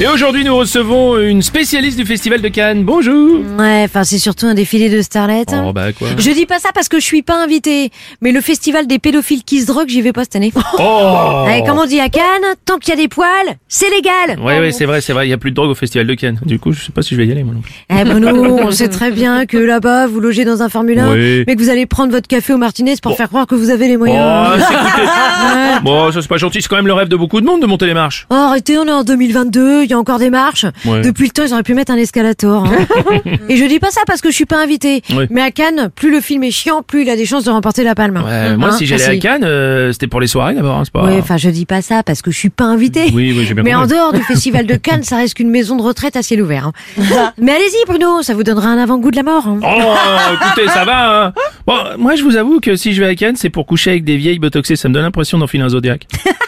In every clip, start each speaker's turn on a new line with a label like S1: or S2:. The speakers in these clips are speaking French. S1: Et aujourd'hui, nous recevons une spécialiste du Festival de Cannes. Bonjour
S2: Ouais, enfin c'est surtout un défilé de starlettes.
S1: Oh bah quoi
S2: Je dis pas ça parce que je suis pas invitée, mais le festival des pédophiles qui se droguent, j'y vais pas cette année.
S1: Oh
S2: Ouais, comme on dit à Cannes, tant qu'il y a des poils, c'est légal.
S1: Ouais, ouais, c'est vrai, c'est vrai, il n'y a plus de drogue au Festival de Cannes. Du coup, je sais pas si je vais y aller, moi non plus.
S2: Eh Bruno, on sait très bien que là-bas vous logez dans un Formule 1,
S1: Oui.
S2: mais que vous allez prendre votre café au Martinez pour faire croire que vous avez les moyens.
S1: Oh, c'est écoutez. Bon, ça c'est pas gentil, c'est quand même le rêve de beaucoup de monde de monter les marches.
S2: Oh, arrêtez, on est en 2022, il y a encore des marches.
S1: Ouais.
S2: Depuis le temps, ils auraient pu mettre un escalator. hein. Et je dis pas ça parce que je suis pas invitée.
S1: Oui.
S2: Mais à Cannes, plus le film est chiant, plus il a des chances de remporter la palme.
S1: Ouais, moi,
S2: Hein,
S1: si j'allais à
S2: merci.
S1: Cannes, euh, c'était pour les soirées d'abord, hein, c'est pas.
S2: Oui, enfin, je dis pas ça parce que je suis pas invitée.
S1: Oui, oui, j'ai bien
S2: Mais en
S1: compris.
S2: dehors du festival de Cannes, ça reste qu'une maison de retraite à ciel ouvert. hein. Mais allez-y, Bruno, ça vous donnera un avant-goût de la mort. hein.
S1: Oh, écoutez, ça va, hein. Bon, moi, je vous avoue que si je vais à Cannes, c'est pour coucher avec des vieilles botoxées. Ça me donne l'impression d'enfiler un Zodiac.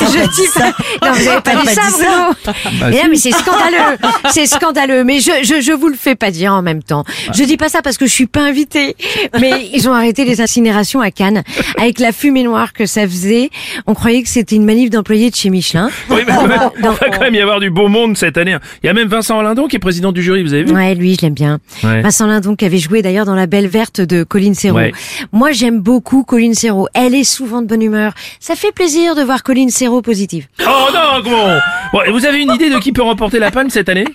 S2: je dis pas. Non, vous avez pas dit ça, Bruno.
S1: Bah,
S2: Mais non, mais c'est scandaleux. C'est scandaleux. Mais je, je, je vous le fais pas dire en même temps. Je dis pas ça parce que je suis pas invitée. Mais ils ont arrêté les incinérations à Cannes. Avec la fumée noire que ça faisait, on croyait que c'était une manif d'employés de chez Michelin.
S1: Oui, mais il va quand même y avoir du beau monde cette année. hein. Il y a même Vincent Lindon qui est président du jury, vous avez vu
S2: Ouais, lui, je l'aime bien.
S1: Mm. Ouais.
S2: Vincent Lindon qui avait joué d'ailleurs dans La Belle Verte de Colline Serrault.
S1: Ouais.
S2: Moi, j'aime beaucoup Colline Serrault. Elle est souvent de bonne humeur. Ça fait plaisir de voir Colline Serrault positive.
S1: Oh non, comment Bon, et Vous avez une idée de qui peut remporter la palme cette année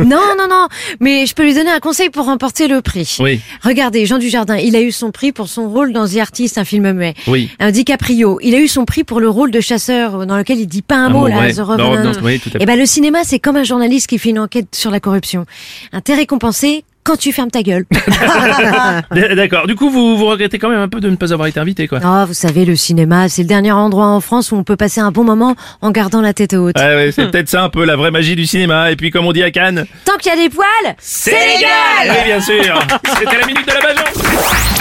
S2: non, non, non. Mais je peux lui donner un conseil pour remporter le prix.
S1: Oui.
S2: Regardez, Jean Dujardin, il a eu son prix pour son rôle dans The Artist, un film muet.
S1: Oui.
S2: Un DiCaprio, il a eu son prix pour le rôle de chasseur euh, dans lequel il dit pas un
S1: Un
S2: mot,
S1: mot,
S2: là,
S1: Ah ouais.
S2: The
S1: Non,
S2: Revenant.
S1: non, oui, tout à fait.
S2: Eh ben, le cinéma, c'est comme un journaliste qui fait une enquête sur la corruption. Un t'es récompensé quand tu fermes ta gueule. ben.
S1: D- D'accord. Du coup, vous, vous regrettez quand même un peu de ne pas avoir été invité, quoi.
S2: Ah, vous savez, le cinéma, c'est le dernier endroit en France où on peut passer un bon moment en gardant la tête haute.
S1: Ouais, ouais, c'est peut-être ça un peu la vraie magie du cinéma. Et puis, comme on dit à Cannes,
S2: Tant qu'il y a des poils,
S1: c'est légal Oui, bien sûr C'était la minute de la Bajon